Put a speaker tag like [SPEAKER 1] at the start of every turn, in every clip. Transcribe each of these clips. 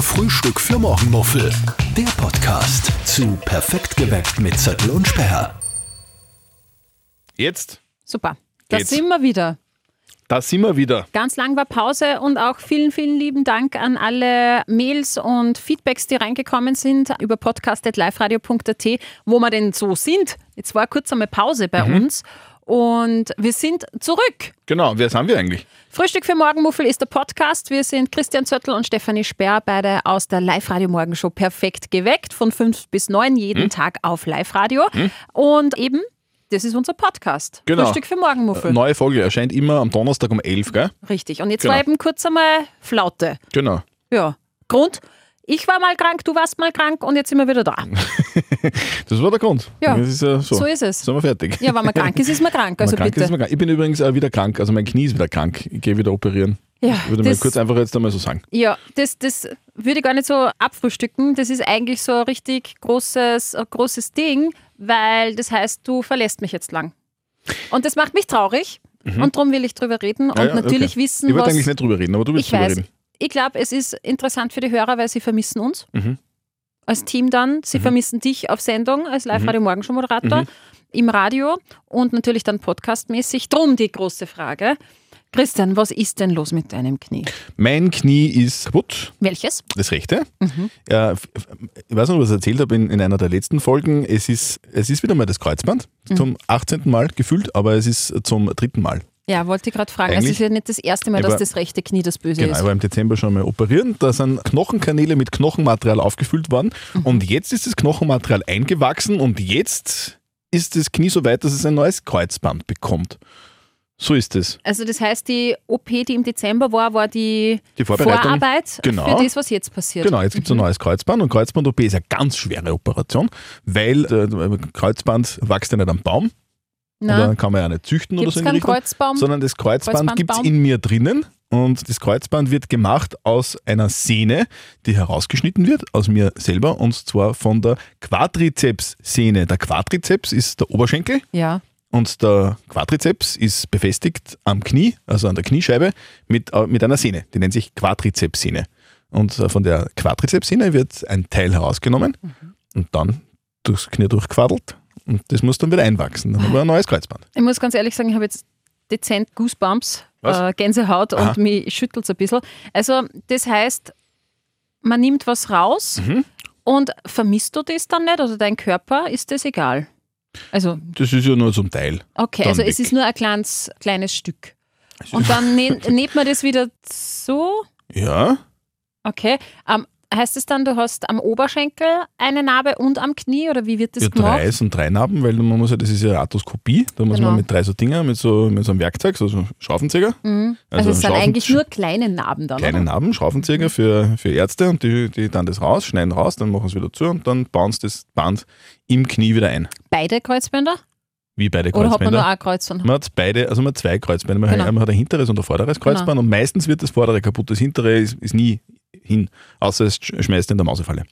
[SPEAKER 1] Frühstück für Morgenmuffel. Der Podcast zu Perfekt geweckt mit Zettel und Sperr.
[SPEAKER 2] Jetzt,
[SPEAKER 3] Super. Das
[SPEAKER 2] Geht's.
[SPEAKER 3] sind wir wieder.
[SPEAKER 2] da sind wir wieder.
[SPEAKER 3] Ganz lang war Pause und auch vielen, vielen lieben Dank an alle Mails und Feedbacks, die reingekommen sind über podcast.liferadio.at, wo wir denn so sind. Jetzt war kurz einmal Pause bei
[SPEAKER 2] Mhm.
[SPEAKER 3] uns und wir sind zurück.
[SPEAKER 2] Genau, wer sind wir eigentlich?
[SPEAKER 3] Frühstück für Morgenmuffel ist der Podcast. Wir sind Christian Zöttl und Stefanie Sperr, beide aus der Live-Radio-Morgenshow Perfekt geweckt, von fünf bis neun jeden
[SPEAKER 2] Mhm.
[SPEAKER 3] Tag auf Live-Radio. Und eben, das ist unser Podcast.
[SPEAKER 2] Genau.
[SPEAKER 3] Frühstück für Morgenmuffel.
[SPEAKER 2] Neue Folge erscheint immer am Donnerstag um 11, gell?
[SPEAKER 3] Richtig. Und jetzt
[SPEAKER 2] Genau.
[SPEAKER 3] war eben kurz einmal Flaute.
[SPEAKER 2] Genau.
[SPEAKER 3] Ja. Grund? Ich war mal krank, du warst mal krank und jetzt sind wir wieder da.
[SPEAKER 2] Das war der Grund.
[SPEAKER 3] Ja,
[SPEAKER 2] das ist ja so.
[SPEAKER 3] so ist es.
[SPEAKER 2] Sind wir fertig.
[SPEAKER 3] Ja, wenn man krank ist, ist man krank.
[SPEAKER 2] Wenn man
[SPEAKER 3] Also
[SPEAKER 2] krank ist,
[SPEAKER 3] bitte.
[SPEAKER 2] ist man krank. Ich bin übrigens äh, wieder krank, also mein Knie ist wieder krank. Ich gehe wieder operieren.
[SPEAKER 3] Ja,
[SPEAKER 2] Ich würde mal
[SPEAKER 3] das-
[SPEAKER 2] kurz einfach jetzt einmal so sagen.
[SPEAKER 3] ja, das, das würde ich gar nicht so abfrühstücken. Das ist eigentlich so ein richtig großes, ein großes Ding, weil das heißt, du verlässt mich jetzt lang. Und das macht mich traurig und darum will ich drüber reden und
[SPEAKER 2] Mhm. Ja, ja,
[SPEAKER 3] natürlich
[SPEAKER 2] okay.
[SPEAKER 3] wissen,
[SPEAKER 2] Ich wollte
[SPEAKER 3] was
[SPEAKER 2] eigentlich nicht drüber reden, aber du willst
[SPEAKER 3] ich
[SPEAKER 2] drüber
[SPEAKER 3] weiß.
[SPEAKER 2] reden.
[SPEAKER 3] Ich glaube, es ist interessant für die Hörer, weil sie vermissen uns
[SPEAKER 2] Mhm.
[SPEAKER 3] als Team dann. Sie vermissen dich auf Sendung als
[SPEAKER 2] Mhm.
[SPEAKER 3] Live-Radio-Morgenshow-Moderator im Radio und natürlich dann podcastmäßig. Drum die große Frage. Christian, was ist denn los mit deinem Knie?
[SPEAKER 2] Mein Knie ist kaputt,
[SPEAKER 3] Welches?
[SPEAKER 2] das rechte.
[SPEAKER 3] Mhm.
[SPEAKER 2] Äh, f- f- ich weiß noch, was ich erzählt habe in, in einer der letzten Folgen. Es ist, es ist wieder mal das Kreuzband,
[SPEAKER 3] Mhm.
[SPEAKER 2] zum 18. Mal gefühlt, aber es ist zum dritten Mal.
[SPEAKER 3] Ja, wollte ich gerade fragen. also
[SPEAKER 2] Eigentlich-
[SPEAKER 3] es ist ja nicht das erste Mal, dass
[SPEAKER 2] Aber-
[SPEAKER 3] das rechte Knie das Böse
[SPEAKER 2] Genau, ich
[SPEAKER 3] ist.
[SPEAKER 2] war im Dezember schon mal operieren. Da sind Knochenkanäle mit Knochenmaterial aufgefüllt worden.
[SPEAKER 3] Mhm.
[SPEAKER 2] Und jetzt ist das Knochenmaterial eingewachsen und jetzt ist das Knie so weit, dass es ein neues Kreuzband bekommt. So ist es.
[SPEAKER 3] Also das heißt, die OP, die im Dezember war, war die,
[SPEAKER 2] Die Vorbereitung.
[SPEAKER 3] Vorarbeit
[SPEAKER 2] Genau.
[SPEAKER 3] für das, Mhm. was jetzt passiert.
[SPEAKER 2] Genau, jetzt gibt es ein neues Kreuzband und Kreuzband-OP ist eine ganz schwere Operation, weil äh, Kreuzband wächst ja nicht am Baum und
[SPEAKER 3] Na,
[SPEAKER 2] dann kann man ja nicht züchten
[SPEAKER 3] gibt's
[SPEAKER 2] oder so in die
[SPEAKER 3] keinen
[SPEAKER 2] Richtung,
[SPEAKER 3] Kreuzbaum?
[SPEAKER 2] sondern das Kreuzband
[SPEAKER 3] Kreuzbandbaum?
[SPEAKER 2] gibt es in mir drinnen und das Kreuzband wird gemacht aus einer Sehne, die herausgeschnitten wird, aus mir selber und zwar von der Quadrizeps-Sehne. Der Quadrizeps ist der Oberschenkel
[SPEAKER 3] ja.
[SPEAKER 2] und der Quadrizeps ist befestigt am Knie, also an der Kniescheibe, mit, äh, mit einer Sehne. Die nennt sich Quadrizepssehne. Und äh, von der Quadrizepssehne wird ein Teil herausgenommen und dann durchs Knie durchquadelt. Und das muss dann wieder einwachsen. Dann haben wir ein neues Kreuzband.
[SPEAKER 3] Ich muss ganz ehrlich sagen, ich habe jetzt dezent Goosebumps,
[SPEAKER 2] Was?
[SPEAKER 3] äh, Gänsehaut
[SPEAKER 2] Aha.
[SPEAKER 3] und mich schüttelt es ein bisschen. Also, das heißt, man nimmt was raus
[SPEAKER 2] Mhm.
[SPEAKER 3] und vermisst du das dann nicht? Oder dein Körper ist das egal? Also,
[SPEAKER 2] Das ist ja nur zum Teil.
[SPEAKER 3] okay,
[SPEAKER 2] Dann
[SPEAKER 3] also es
[SPEAKER 2] weg.
[SPEAKER 3] ist nur ein kleines, kleines Stück. Und dann nä- näht man das wieder so.
[SPEAKER 2] Ja,
[SPEAKER 3] Okay. Ähm, heißt es dann, du hast am Oberschenkel eine Narbe und am Knie? Oder wie wird das
[SPEAKER 2] ja
[SPEAKER 3] gemacht?
[SPEAKER 2] drei Also sind drei Narben, weil man muss ja, das ist ja Arthroskopie. Da muss
[SPEAKER 3] Genau.
[SPEAKER 2] man mit drei so Dinger, mit so, mit so einem Werkzeug, so, so einem Schraubenzieher.
[SPEAKER 3] Mhm. Also,
[SPEAKER 2] Also
[SPEAKER 3] es sind
[SPEAKER 2] Schrauben-
[SPEAKER 3] eigentlich nur kleine Narben dann.
[SPEAKER 2] kleine
[SPEAKER 3] oder?
[SPEAKER 2] Narben, Schraubenzieher für, für Ärzte und die, die dann das raus, schneiden raus, dann machen sie wieder zu und dann bauen sie das Band im Knie wieder ein.
[SPEAKER 3] Beide Kreuzbänder?
[SPEAKER 2] Wie beide
[SPEAKER 3] Oder hat man nur
[SPEAKER 2] Kreuzbänder.
[SPEAKER 3] ein Kreuz von
[SPEAKER 2] Man hat beide, also man hat zwei Kreuzbänder. Man
[SPEAKER 3] Genau.
[SPEAKER 2] hat einmal hat ein hinteres und ein vorderes Kreuzband und meistens wird das vordere kaputt. Das hintere ist, ist nie hin, außer es sch- schmeißt in der Mausefalle.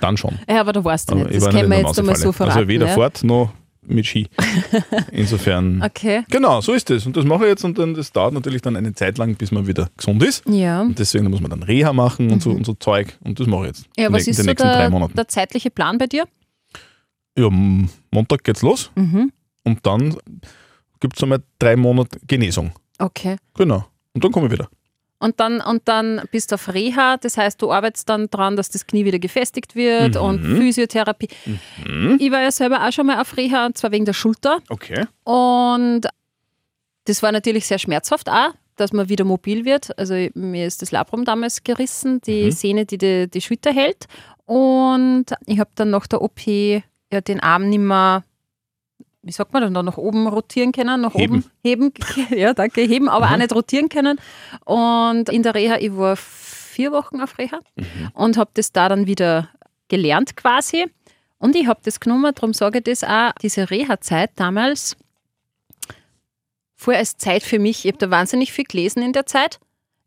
[SPEAKER 2] Dann schon.
[SPEAKER 3] Ja, aber da warst du
[SPEAKER 2] Aber
[SPEAKER 3] nicht.
[SPEAKER 2] ich
[SPEAKER 3] Das
[SPEAKER 2] war
[SPEAKER 3] können
[SPEAKER 2] nicht
[SPEAKER 3] wir
[SPEAKER 2] in der
[SPEAKER 3] jetzt einmal so
[SPEAKER 2] Mausefalle.
[SPEAKER 3] verraten.
[SPEAKER 2] Also weder
[SPEAKER 3] ja?
[SPEAKER 2] fort noch mit Ski. Insofern.
[SPEAKER 3] Okay.
[SPEAKER 2] Genau, so ist das. Und das mache ich jetzt und dann, das dauert natürlich dann eine Zeit lang, bis man wieder gesund ist.
[SPEAKER 3] Ja.
[SPEAKER 2] Und deswegen muss man dann Reha machen und, so, und so Zeug. Und das mache ich jetzt.
[SPEAKER 3] Mhm. Ja,
[SPEAKER 2] in,
[SPEAKER 3] was
[SPEAKER 2] den-
[SPEAKER 3] ist
[SPEAKER 2] in
[SPEAKER 3] so
[SPEAKER 2] den nächsten drei
[SPEAKER 3] der,
[SPEAKER 2] Monaten.
[SPEAKER 3] der zeitliche Plan bei dir?
[SPEAKER 2] Ja, am Montag geht's los
[SPEAKER 3] Mhm.
[SPEAKER 2] und dann gibt es einmal drei Monate Genesung.
[SPEAKER 3] Okay.
[SPEAKER 2] Genau. Und dann komme ich wieder.
[SPEAKER 3] Und dann, und dann bist du auf Reha, das heißt, du arbeitest dann dran, dass das Knie wieder gefestigt wird
[SPEAKER 2] Mhm.
[SPEAKER 3] und Physiotherapie. Ich war ja selber auch schon mal auf Reha, und zwar wegen der Schulter.
[SPEAKER 2] Okay.
[SPEAKER 3] Und das war natürlich sehr schmerzhaft auch, dass man wieder mobil wird. Also mir ist das Labrum damals gerissen, die
[SPEAKER 2] Mhm.
[SPEAKER 3] Sehne, die, die die Schulter hält. Und ich habe dann nach der OP ja, den Arm nicht mehr, wie sagt man denn da, nach oben rotieren können, nach
[SPEAKER 2] Heben.
[SPEAKER 3] oben heben, ja danke, heben, aber
[SPEAKER 2] Mhm.
[SPEAKER 3] auch nicht rotieren können. Und in der Reha, ich war vier Wochen auf Reha
[SPEAKER 2] Mhm.
[SPEAKER 3] und habe das da dann wieder gelernt quasi. Und ich habe das genommen, darum sage ich das auch, diese Reha-Zeit damals fuhr als Zeit für mich. Ich habe da wahnsinnig viel gelesen in der Zeit.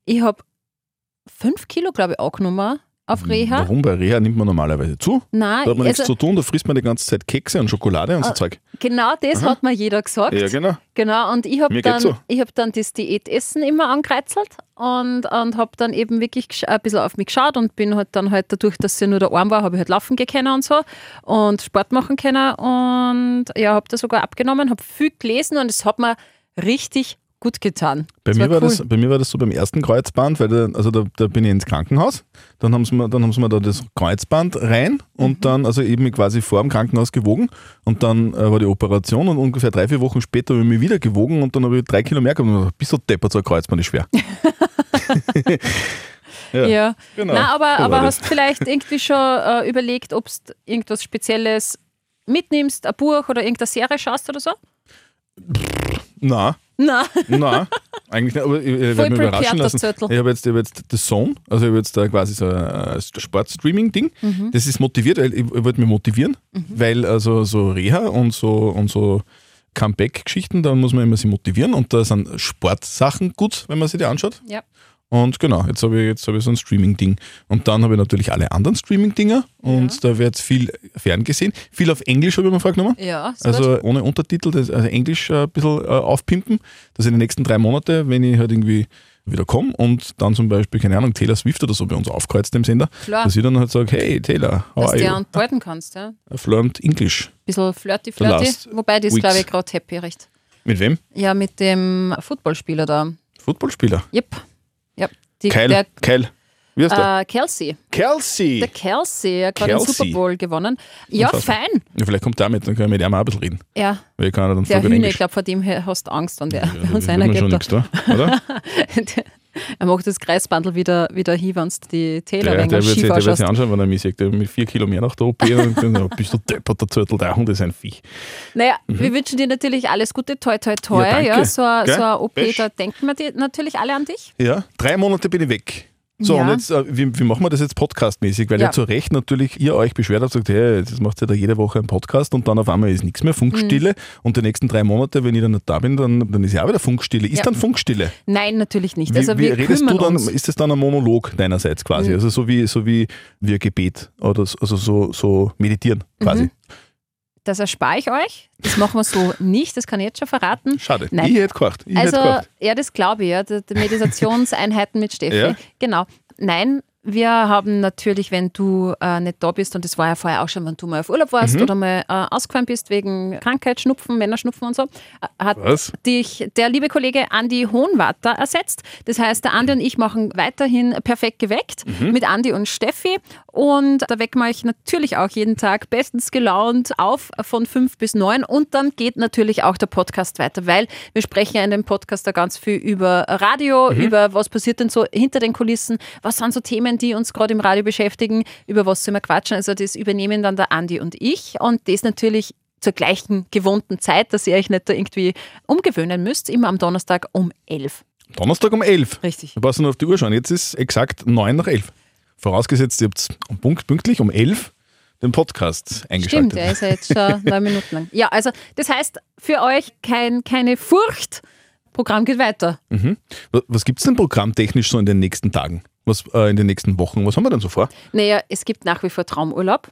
[SPEAKER 3] Ich habe fünf Kilo, glaube ich, angenommen auf Reha.
[SPEAKER 2] Warum? Bei Reha nimmt man normalerweise zu.
[SPEAKER 3] Nein,
[SPEAKER 2] Da hat Mhm. man nichts
[SPEAKER 3] also
[SPEAKER 2] zu tun, da frisst man die ganze Zeit Kekse und Schokolade und so Zeug.
[SPEAKER 3] genau das hat mir jeder gesagt.
[SPEAKER 2] Ja, genau.
[SPEAKER 3] Genau, und ich habe
[SPEAKER 2] Mir geht's
[SPEAKER 3] dann,
[SPEAKER 2] so.
[SPEAKER 3] ich hab dann das Diätessen immer angekreuzelt und, und habe dann eben wirklich gesch- äh, ein bisschen auf mich geschaut und bin halt dann halt dadurch, dass sie nur der Arm war, habe ich halt laufen gehen können und so und Sport machen können und ja, habe da sogar abgenommen, habe viel gelesen und es hat mir richtig gut getan.
[SPEAKER 2] Bei
[SPEAKER 3] Es
[SPEAKER 2] mir, war
[SPEAKER 3] cool.
[SPEAKER 2] das, bei mir war das so beim ersten Kreuzband, weil da, also da, da bin ich ins Krankenhaus, dann haben sie mir, dann haben sie mir da das Kreuzband rein und dann, also eben quasi vor dem Krankenhaus gewogen und dann äh, war die Operation und ungefähr drei, vier Wochen später habe ich mich wieder gewogen und dann habe ich drei Kilo mehr gehabt und gesagt, bist du deppert, so ein Kreuzband ist schwer.
[SPEAKER 3] Ja.
[SPEAKER 2] Genau.
[SPEAKER 3] Nein, aber,
[SPEAKER 2] So war
[SPEAKER 3] aber
[SPEAKER 2] das.
[SPEAKER 3] hast du vielleicht irgendwie schon äh, überlegt, ob du irgendwas Spezielles mitnimmst, ein Buch oder irgendeine Serie schaust oder so?
[SPEAKER 2] Na,
[SPEAKER 3] Nein.
[SPEAKER 2] na, eigentlich nicht, aber ich, ich
[SPEAKER 3] Voll
[SPEAKER 2] werde mich überraschen
[SPEAKER 3] prepared,
[SPEAKER 2] lassen.
[SPEAKER 3] das Zettel.
[SPEAKER 2] Ich habe jetzt, ich hab jetzt The Zone, also ich habe jetzt da quasi so ein äh, Sportstreaming-Ding.
[SPEAKER 3] Mhm.
[SPEAKER 2] Das ist motiviert, weil ich, ich wollte mich motivieren, weil also so Reha und so und so Comeback-Geschichten, da muss man immer sich motivieren und da sind Sportsachen gut, wenn man sie dir anschaut.
[SPEAKER 3] Ja.
[SPEAKER 2] Und genau, jetzt habe ich, jetzt habe ich so ein Streaming-Ding. Und dann habe ich natürlich alle anderen Streaming-Dinger und da wird jetzt viel ferngesehen. Viel auf Englisch habe ich mir vorgenommen.
[SPEAKER 3] Ja, ist gut.
[SPEAKER 2] Also ohne Untertitel, das, also Englisch äh, ein bisschen äh, aufpimpen, dass in den nächsten drei Monate, wenn ich halt irgendwie wieder komme und dann zum Beispiel, keine Ahnung, Taylor Swift oder so bei uns aufkreuzt im Sender,
[SPEAKER 3] Klar.
[SPEAKER 2] dass ich dann halt sage, hey Taylor, how
[SPEAKER 3] Dass
[SPEAKER 2] are
[SPEAKER 3] du dir
[SPEAKER 2] you?
[SPEAKER 3] antworten kannst, ja.
[SPEAKER 2] Flirt English.
[SPEAKER 3] bisschen flirty,
[SPEAKER 2] The
[SPEAKER 3] flirty.
[SPEAKER 2] last
[SPEAKER 3] Wobei, die ist,
[SPEAKER 2] weeks.
[SPEAKER 3] glaube ich, gerade happy recht.
[SPEAKER 2] Mit wem?
[SPEAKER 3] Ja, mit dem Footballspieler da.
[SPEAKER 2] Footballspieler.
[SPEAKER 3] Yep. Yep. Die,
[SPEAKER 2] Kyle,
[SPEAKER 3] der,
[SPEAKER 2] Kyle. Wie heißt der?
[SPEAKER 3] äh, Kelsey.
[SPEAKER 2] Kelsey!
[SPEAKER 3] Der Kelsey hat gerade den
[SPEAKER 2] Kelsey.
[SPEAKER 3] Super Bowl gewonnen. Ja,
[SPEAKER 2] Unfassbar.
[SPEAKER 3] fein.
[SPEAKER 2] Ja, vielleicht kommt der mit, dann kann ich mit ihm auch ein bisschen reden.
[SPEAKER 3] Ja,
[SPEAKER 2] Weil ich kann ja dann
[SPEAKER 3] der
[SPEAKER 2] voll gut
[SPEAKER 3] Hühner, ich
[SPEAKER 2] Englisch.
[SPEAKER 3] glaube, vor dem her hast du Angst, wenn der
[SPEAKER 2] Ja, da
[SPEAKER 3] uns
[SPEAKER 2] will
[SPEAKER 3] einer
[SPEAKER 2] man schon
[SPEAKER 3] gibt.
[SPEAKER 2] nichts da, oder?
[SPEAKER 3] er macht das Kreisbandel wieder, wieder hin, wenn die Taylor
[SPEAKER 2] Der,
[SPEAKER 3] wegen
[SPEAKER 2] der wird sich
[SPEAKER 3] schief
[SPEAKER 2] der wird sich
[SPEAKER 3] ausschaust.
[SPEAKER 2] anschauen, wenn er mich sagt, der mit vier Kilo mehr nach der OP und dann bist du deppert, der Zürtel, der Hund ist ein Viech.
[SPEAKER 3] Naja, wir wünschen dir natürlich alles Gute, toi, toi, toi.
[SPEAKER 2] Mhm. Ja, danke.
[SPEAKER 3] Ja, so ein
[SPEAKER 2] Gell?
[SPEAKER 3] so ein OP,
[SPEAKER 2] Besch.
[SPEAKER 3] da denken wir dir natürlich alle an dich.
[SPEAKER 2] Ja, drei Monate bin ich weg. So,
[SPEAKER 3] Ja.
[SPEAKER 2] und jetzt, äh, wie, wie machen wir das jetzt podcastmäßig? Weil
[SPEAKER 3] Ja.
[SPEAKER 2] ja. zu Recht natürlich ihr euch beschwert habt, sagt, hey, das macht ihr da jede Woche einen Podcast und dann auf einmal ist nichts mehr, Funkstille.
[SPEAKER 3] Mhm.
[SPEAKER 2] Und die nächsten drei Monate, wenn ich dann nicht da bin, dann, dann ist ja auch wieder Funkstille. Ist
[SPEAKER 3] Ja.
[SPEAKER 2] dann Funkstille.
[SPEAKER 3] Nein, natürlich nicht.
[SPEAKER 2] Wie,
[SPEAKER 3] Also
[SPEAKER 2] wie
[SPEAKER 3] wir
[SPEAKER 2] redest
[SPEAKER 3] kümmern
[SPEAKER 2] du dann,
[SPEAKER 3] uns. Mhm.
[SPEAKER 2] ist das dann ein Monolog deinerseits quasi? Also so wie, so wie wir Gebet oder so- also so, so meditieren quasi.
[SPEAKER 3] Mhm. Das erspare ich euch. Das machen wir so nicht, das kann ich jetzt schon verraten.
[SPEAKER 2] Schade.
[SPEAKER 3] Nein.
[SPEAKER 2] Ich hätte gekocht. Ich hätte
[SPEAKER 3] Also,
[SPEAKER 2] gekocht.
[SPEAKER 3] ja, das glaube ich, ja. Die die Meditationseinheiten mit Steffi.
[SPEAKER 2] Ja.
[SPEAKER 3] Genau. Nein, wir haben natürlich, wenn du äh, nicht da bist, und das war ja vorher auch schon, wenn du mal auf Urlaub warst
[SPEAKER 2] Mhm.
[SPEAKER 3] oder mal äh, ausgefallen bist wegen Krankheit, Schnupfen, Männerschnupfen und so, äh, hat
[SPEAKER 2] Was?
[SPEAKER 3] dich der liebe Kollege Andi Hohnwater ersetzt. Das heißt, der Andi und ich machen weiterhin perfekt geweckt mit Andi und Steffi. Und da wecken wir euch natürlich auch jeden Tag bestens gelaunt auf von fünf bis neun. Und dann geht natürlich auch der Podcast weiter, weil wir sprechen ja in dem Podcast da ganz viel über Radio, über was passiert denn so hinter den Kulissen, was sind so Themen, die uns gerade im Radio beschäftigen, über was sollen wir quatschen. Also das übernehmen dann der Andi und ich. Und das natürlich zur gleichen gewohnten Zeit, dass ihr euch nicht da irgendwie umgewöhnen müsst, immer am Donnerstag um 11.
[SPEAKER 2] Donnerstag um 11.
[SPEAKER 3] Richtig.
[SPEAKER 2] Da brauchst du nur auf die Uhr schauen. Jetzt ist exakt 9 nach 11. Vorausgesetzt, ihr habt um Punkt, pünktlich um 11 den Podcast eingeschaltet.
[SPEAKER 3] Stimmt, der ist ja jetzt schon neun Minuten lang. Ja, also das heißt für euch kein, keine Furcht. Programm geht weiter.
[SPEAKER 2] Wa- Was gibt es denn programmtechnisch so in den nächsten Tagen? Was, äh, in den nächsten Wochen? Was haben wir denn so vor?
[SPEAKER 3] Naja, es gibt nach wie vor Traumurlaub.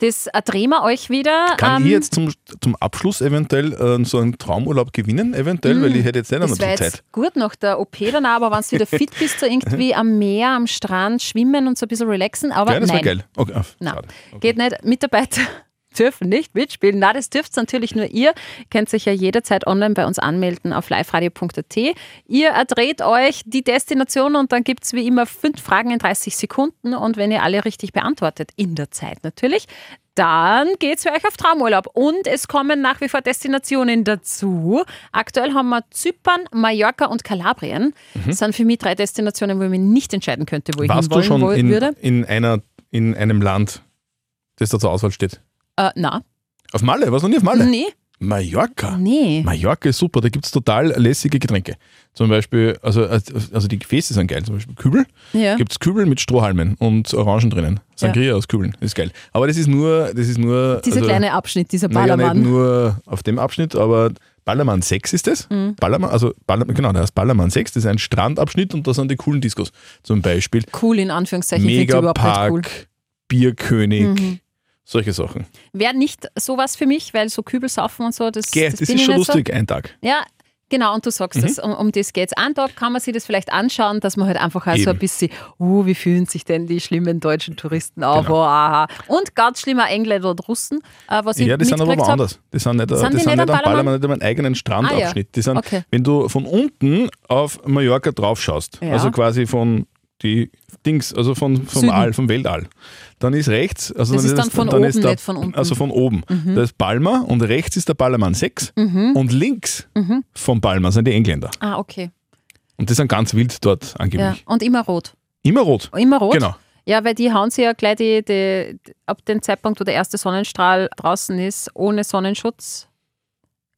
[SPEAKER 3] Das äh, drehen wir euch wieder.
[SPEAKER 2] Mhm. Kann
[SPEAKER 3] ähm,
[SPEAKER 2] ich jetzt zum, zum Abschluss eventuell äh, so einen Traumurlaub gewinnen? Eventuell, weil ich hätte jetzt nicht noch
[SPEAKER 3] Hm, das
[SPEAKER 2] so
[SPEAKER 3] war
[SPEAKER 2] Zeit.
[SPEAKER 3] jetzt gut nach der OP dann, auch, aber wenn du wieder fit bist, so irgendwie am Meer, am Strand schwimmen und so ein bisschen relaxen. Aber
[SPEAKER 2] Ja, das wäre
[SPEAKER 3] nein,
[SPEAKER 2] geil. Okay, ah,
[SPEAKER 3] Nein,
[SPEAKER 2] schade. Okay.
[SPEAKER 3] geht nicht. Mitarbeiter dürfen nicht mitspielen. Na, das dürft natürlich nur ihr. Könnt sich ja jederzeit online bei uns anmelden auf liveradio.at. Ihr erdreht euch die Destination und dann gibt es wie immer fünf Fragen in 30 Sekunden. Und wenn ihr alle richtig beantwortet, in der Zeit natürlich, dann geht's für euch auf Traumurlaub. Und es kommen nach wie vor Destinationen dazu. Aktuell haben wir Zypern, Mallorca und Kalabrien. Das sind für mich drei Destinationen, wo ich mich nicht entscheiden könnte, wo ich
[SPEAKER 2] Mhm. Warst du
[SPEAKER 3] hinwollen
[SPEAKER 2] schon
[SPEAKER 3] wollen
[SPEAKER 2] in,
[SPEAKER 3] würde.
[SPEAKER 2] in, einer, in einem Land, das da zur Auswahl steht?
[SPEAKER 3] Äh, na,
[SPEAKER 2] Auf Malle? Warst du noch nie auf Malle?
[SPEAKER 3] nee.
[SPEAKER 2] Mallorca?
[SPEAKER 3] Nee.
[SPEAKER 2] Mallorca ist super, da gibt es total lässige Getränke. Zum Beispiel, also, also die Gefäße sind geil, zum Beispiel Kübel.
[SPEAKER 3] Ja.
[SPEAKER 2] Gibt es Kübel mit Strohhalmen und Orangen drinnen. Sangria aus Kübeln, ist geil. Aber das ist nur, das ist nur.
[SPEAKER 3] Dieser
[SPEAKER 2] also,
[SPEAKER 3] kleine Abschnitt, dieser
[SPEAKER 2] naja,
[SPEAKER 3] Ballermann.
[SPEAKER 2] nicht nur auf dem Abschnitt, aber Ballermann 6 ist das.
[SPEAKER 3] Mhm.
[SPEAKER 2] Ballermann, also Ballermann, genau, der heißt Ballermann 6, das ist ein Strandabschnitt und da sind die coolen Diskos. Zum Beispiel
[SPEAKER 3] cool in Anführungszeichen. Ich find's überhaupt
[SPEAKER 2] Megapark,
[SPEAKER 3] nicht cool. Mhm.
[SPEAKER 2] Bierkönig, solche Sachen.
[SPEAKER 3] Wäre nicht sowas für mich, weil so Kübelsaufen und so, das,
[SPEAKER 2] Gell,
[SPEAKER 3] das,
[SPEAKER 2] das,
[SPEAKER 3] bin
[SPEAKER 2] ist
[SPEAKER 3] ich
[SPEAKER 2] schon
[SPEAKER 3] nicht so.
[SPEAKER 2] lustig, Mhm. ein Tag.
[SPEAKER 3] Ja, genau, und du sagst das, um, um das geht's. Einen Tag kann man sich das vielleicht anschauen, dass man halt einfach auch so
[SPEAKER 2] Eben.
[SPEAKER 3] ein bisschen, uh, wie fühlen sich denn die schlimmen deutschen Touristen auf?
[SPEAKER 2] Genau.
[SPEAKER 3] Oh, aha. Und ganz schlimmer Engländer und Russen, äh, was ich
[SPEAKER 2] Ja, die sind aber
[SPEAKER 3] mitgekriegt hab.
[SPEAKER 2] woanders. Die sind nicht,
[SPEAKER 3] Sind
[SPEAKER 2] die
[SPEAKER 3] die
[SPEAKER 2] sind
[SPEAKER 3] nicht
[SPEAKER 2] nicht am
[SPEAKER 3] am
[SPEAKER 2] Ballermann,
[SPEAKER 3] Ballermann?
[SPEAKER 2] nicht am eigenen Strandabschnitt.
[SPEAKER 3] Ah, ja.
[SPEAKER 2] Die sind,
[SPEAKER 3] Okay.
[SPEAKER 2] Wenn du von unten auf Mallorca drauf schaust,
[SPEAKER 3] Ja.
[SPEAKER 2] also quasi von die Dings, also von, vom
[SPEAKER 3] Süden.
[SPEAKER 2] All, vom Weltall, dann ist rechts, also
[SPEAKER 3] Das
[SPEAKER 2] dann
[SPEAKER 3] ist dann von
[SPEAKER 2] dann
[SPEAKER 3] oben,
[SPEAKER 2] ist da,
[SPEAKER 3] nicht von unten. Mhm.
[SPEAKER 2] Also von oben. Da ist Palma und rechts ist der Ballermann 6 und links
[SPEAKER 3] Mhm.
[SPEAKER 2] vom Palma sind die Engländer.
[SPEAKER 3] Ah, okay.
[SPEAKER 2] Und die sind ganz wild dort
[SPEAKER 3] Ja.
[SPEAKER 2] angeblich.
[SPEAKER 3] Und immer rot.
[SPEAKER 2] Immer rot.
[SPEAKER 3] Immer rot?
[SPEAKER 2] Genau.
[SPEAKER 3] Ja, weil die hauen sie ja gleich die, die, ab dem Zeitpunkt, wo der erste Sonnenstrahl draußen ist, ohne Sonnenschutz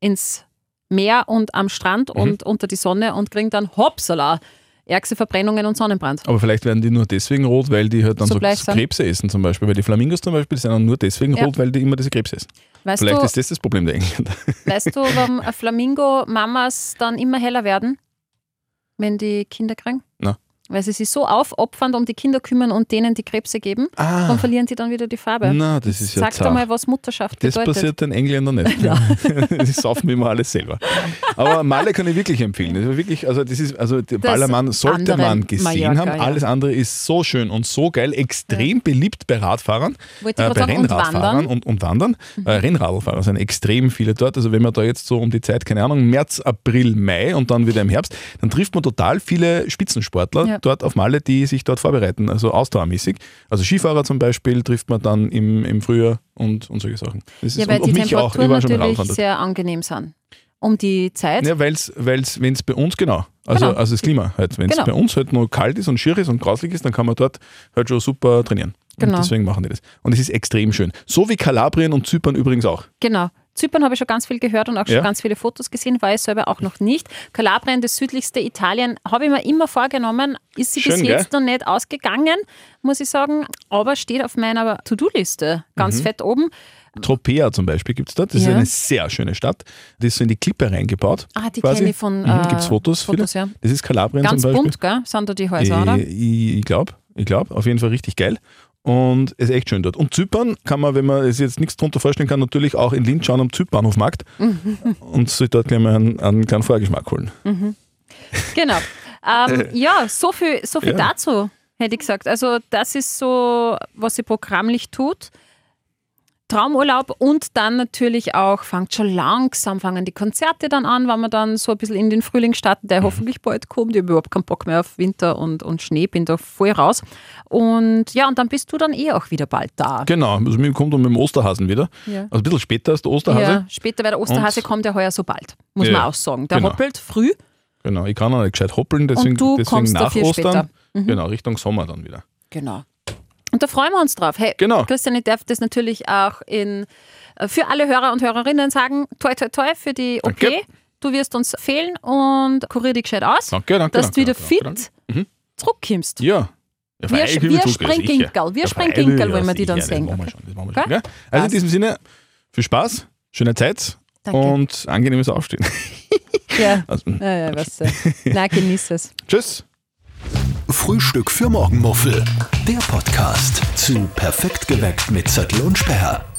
[SPEAKER 3] ins Meer und am Strand
[SPEAKER 2] Mhm.
[SPEAKER 3] und unter die Sonne und kriegen dann hoppsala, ärgste Verbrennungen und Sonnenbrand.
[SPEAKER 2] Aber vielleicht werden die nur deswegen rot, weil die halt dann
[SPEAKER 3] So
[SPEAKER 2] so,
[SPEAKER 3] bleich sind.
[SPEAKER 2] Krebse essen zum Beispiel. Weil die Flamingos zum Beispiel die sind dann nur deswegen
[SPEAKER 3] Ja.
[SPEAKER 2] rot, weil die immer diese Krebse essen.
[SPEAKER 3] Weißt
[SPEAKER 2] Vielleicht
[SPEAKER 3] du,
[SPEAKER 2] ist das das Problem der Engländer.
[SPEAKER 3] weißt du, warum Flamingo-Mamas dann immer heller werden, wenn die Kinder kriegen?
[SPEAKER 2] Na.
[SPEAKER 3] Weil sie sich so aufopfern, um die Kinder kümmern und denen die Krebse geben, dann
[SPEAKER 2] Ah,
[SPEAKER 3] verlieren die dann wieder die Farbe.
[SPEAKER 2] na, das ist ja
[SPEAKER 3] Sag doch
[SPEAKER 2] zart.
[SPEAKER 3] mal, was Mutterschaft
[SPEAKER 2] Das
[SPEAKER 3] bedeutet.
[SPEAKER 2] passiert den Engländern nicht. Die saufen immer alles selber. Aber Malle kann ich wirklich empfehlen. Das war wirklich, also das ist, also der
[SPEAKER 3] Das
[SPEAKER 2] Ballermann sollte
[SPEAKER 3] andere
[SPEAKER 2] man gesehen
[SPEAKER 3] Mallorca,
[SPEAKER 2] haben.
[SPEAKER 3] ja.
[SPEAKER 2] Alles andere ist so schön und so geil, extrem beliebt bei Radfahrern,
[SPEAKER 3] Wollte ich
[SPEAKER 2] Äh, bei
[SPEAKER 3] gerade sagen, und
[SPEAKER 2] Rennradfahrern
[SPEAKER 3] Wandern. Mhm.
[SPEAKER 2] und, und Wandern. Äh, Rennradfahrer sind extrem viele dort. Also wenn man da jetzt so um die Zeit, keine Ahnung, März, April, Mai und dann wieder im Herbst, dann trifft man total viele Spitzensportler
[SPEAKER 3] Ja.
[SPEAKER 2] dort auf Malle, die sich dort vorbereiten, also ausdauermäßig. Also Skifahrer zum Beispiel trifft man dann im, im Frühjahr und, und solche Sachen. Das
[SPEAKER 3] Ja,
[SPEAKER 2] ist-
[SPEAKER 3] weil
[SPEAKER 2] und,
[SPEAKER 3] die
[SPEAKER 2] und mich auch, ich
[SPEAKER 3] Temperaturen
[SPEAKER 2] war schon
[SPEAKER 3] natürlich
[SPEAKER 2] Radfahren.
[SPEAKER 3] sehr angenehm sind. Um die Zeit.
[SPEAKER 2] Ja, weil es wenn's bei uns, genau, also,
[SPEAKER 3] Genau.
[SPEAKER 2] also das Klima halt, wenn es
[SPEAKER 3] Genau.
[SPEAKER 2] bei uns halt nur kalt ist und schier ist und grauslich ist, dann kann man dort halt schon super trainieren.
[SPEAKER 3] Genau.
[SPEAKER 2] Und deswegen machen die das. Und es ist extrem schön. So wie Kalabrien und Zypern übrigens auch.
[SPEAKER 3] Genau. Zypern habe ich schon ganz viel gehört und auch schon
[SPEAKER 2] Ja.
[SPEAKER 3] ganz viele Fotos gesehen, war ich selber auch noch nicht. Kalabrien, das südlichste Italien, habe ich mir immer vorgenommen, ist sie bis
[SPEAKER 2] Schön,
[SPEAKER 3] jetzt noch nicht ausgegangen, muss ich sagen, aber steht auf meiner To-Do-Liste
[SPEAKER 2] Mhm.
[SPEAKER 3] ganz fett oben.
[SPEAKER 2] Tropea zum Beispiel gibt es dort. Das ist
[SPEAKER 3] Ja.
[SPEAKER 2] eine sehr schöne Stadt. Die ist so in die Klippe reingebaut.
[SPEAKER 3] Ah, die
[SPEAKER 2] quasi.
[SPEAKER 3] kenn ich von,
[SPEAKER 2] Mhm.
[SPEAKER 3] äh,
[SPEAKER 2] Gibt es Fotos?
[SPEAKER 3] Fotos,
[SPEAKER 2] viele?
[SPEAKER 3] ja.
[SPEAKER 2] Das ist Kalabrien
[SPEAKER 3] Ganz
[SPEAKER 2] zum Beispiel.
[SPEAKER 3] bunt, gell? Sind da die Häuser, Also, oder?
[SPEAKER 2] Äh, Ich, ich glaube, ich glaube, auf jeden Fall richtig geil. Und ist echt schön dort. Und Zypern kann man, wenn man es jetzt nichts drunter vorstellen kann, natürlich auch in Linz schauen am Zypernhofmarkt
[SPEAKER 3] Mhm.
[SPEAKER 2] und sich dort gleich mal einen, einen kleinen Vorgeschmack holen.
[SPEAKER 3] Genau. Ähm, ja, so viel, so viel
[SPEAKER 2] Ja.
[SPEAKER 3] dazu, hätte ich gesagt. Also, das ist so, was sie programmlich tut. Traumurlaub und dann natürlich auch, fangt schon langsam, fangen die Konzerte dann an, wenn wir dann so ein bisschen in den Frühling starten,
[SPEAKER 2] Mhm.
[SPEAKER 3] der hoffentlich bald kommt. Ich habe überhaupt keinen Bock mehr auf Winter und, und Schnee, bin da voll raus. Und ja, und dann bist du dann eh auch wieder bald da.
[SPEAKER 2] Genau, also mir kommt dann mit dem Osterhasen wieder.
[SPEAKER 3] Ja.
[SPEAKER 2] Also ein bisschen später ist der Osterhase.
[SPEAKER 3] Ja, später, weil der Osterhase
[SPEAKER 2] Und-
[SPEAKER 3] kommt ja heuer so bald, muss
[SPEAKER 2] Ja,
[SPEAKER 3] man auch sagen. Der
[SPEAKER 2] genau.
[SPEAKER 3] hoppelt früh.
[SPEAKER 2] Genau, ich kann auch nicht gescheit hoppeln, deswegen,
[SPEAKER 3] du
[SPEAKER 2] deswegen
[SPEAKER 3] kommst
[SPEAKER 2] nach
[SPEAKER 3] dafür
[SPEAKER 2] Ostern.
[SPEAKER 3] später. Mhm.
[SPEAKER 2] Genau, Richtung Sommer dann wieder.
[SPEAKER 3] Genau. Und da freuen wir uns drauf. Hey,
[SPEAKER 2] Genau.
[SPEAKER 3] Christian, ich darf das natürlich auch in, äh, für alle Hörer und Hörerinnen sagen, toi toi toi für die OP.
[SPEAKER 2] Danke.
[SPEAKER 3] Du wirst uns fehlen und kurier dich gescheit aus,
[SPEAKER 2] Danke, danke.
[SPEAKER 3] dass
[SPEAKER 2] danke,
[SPEAKER 3] du wieder
[SPEAKER 2] danke,
[SPEAKER 3] fit
[SPEAKER 2] danke. Mhm.
[SPEAKER 3] zurückkommst.
[SPEAKER 2] Ja. Ja,
[SPEAKER 3] Wir-
[SPEAKER 2] freilich, ich
[SPEAKER 3] wir
[SPEAKER 2] bin zurück,
[SPEAKER 3] springen
[SPEAKER 2] sicher.
[SPEAKER 3] Ginkel, wir
[SPEAKER 2] Ja,
[SPEAKER 3] springen
[SPEAKER 2] freilich,
[SPEAKER 3] Ginkel, wenn
[SPEAKER 2] ja,
[SPEAKER 3] wir die dann
[SPEAKER 2] sicher,
[SPEAKER 3] sehen.
[SPEAKER 2] Das machen wir schon, das machen wir
[SPEAKER 3] Gell?
[SPEAKER 2] schon. gell? Also
[SPEAKER 3] Passt.
[SPEAKER 2] in diesem Sinne, viel Spaß, schöne Zeit
[SPEAKER 3] Danke.
[SPEAKER 2] und angenehmes Aufstehen.
[SPEAKER 3] Ja,
[SPEAKER 2] Also,
[SPEAKER 3] ja, ja weißt du. Na, genieß es.
[SPEAKER 2] tschüss.
[SPEAKER 1] Frühstück für Morgenmuffel. Der Podcast zu Perfekt geweckt mit Zettel und Sperr.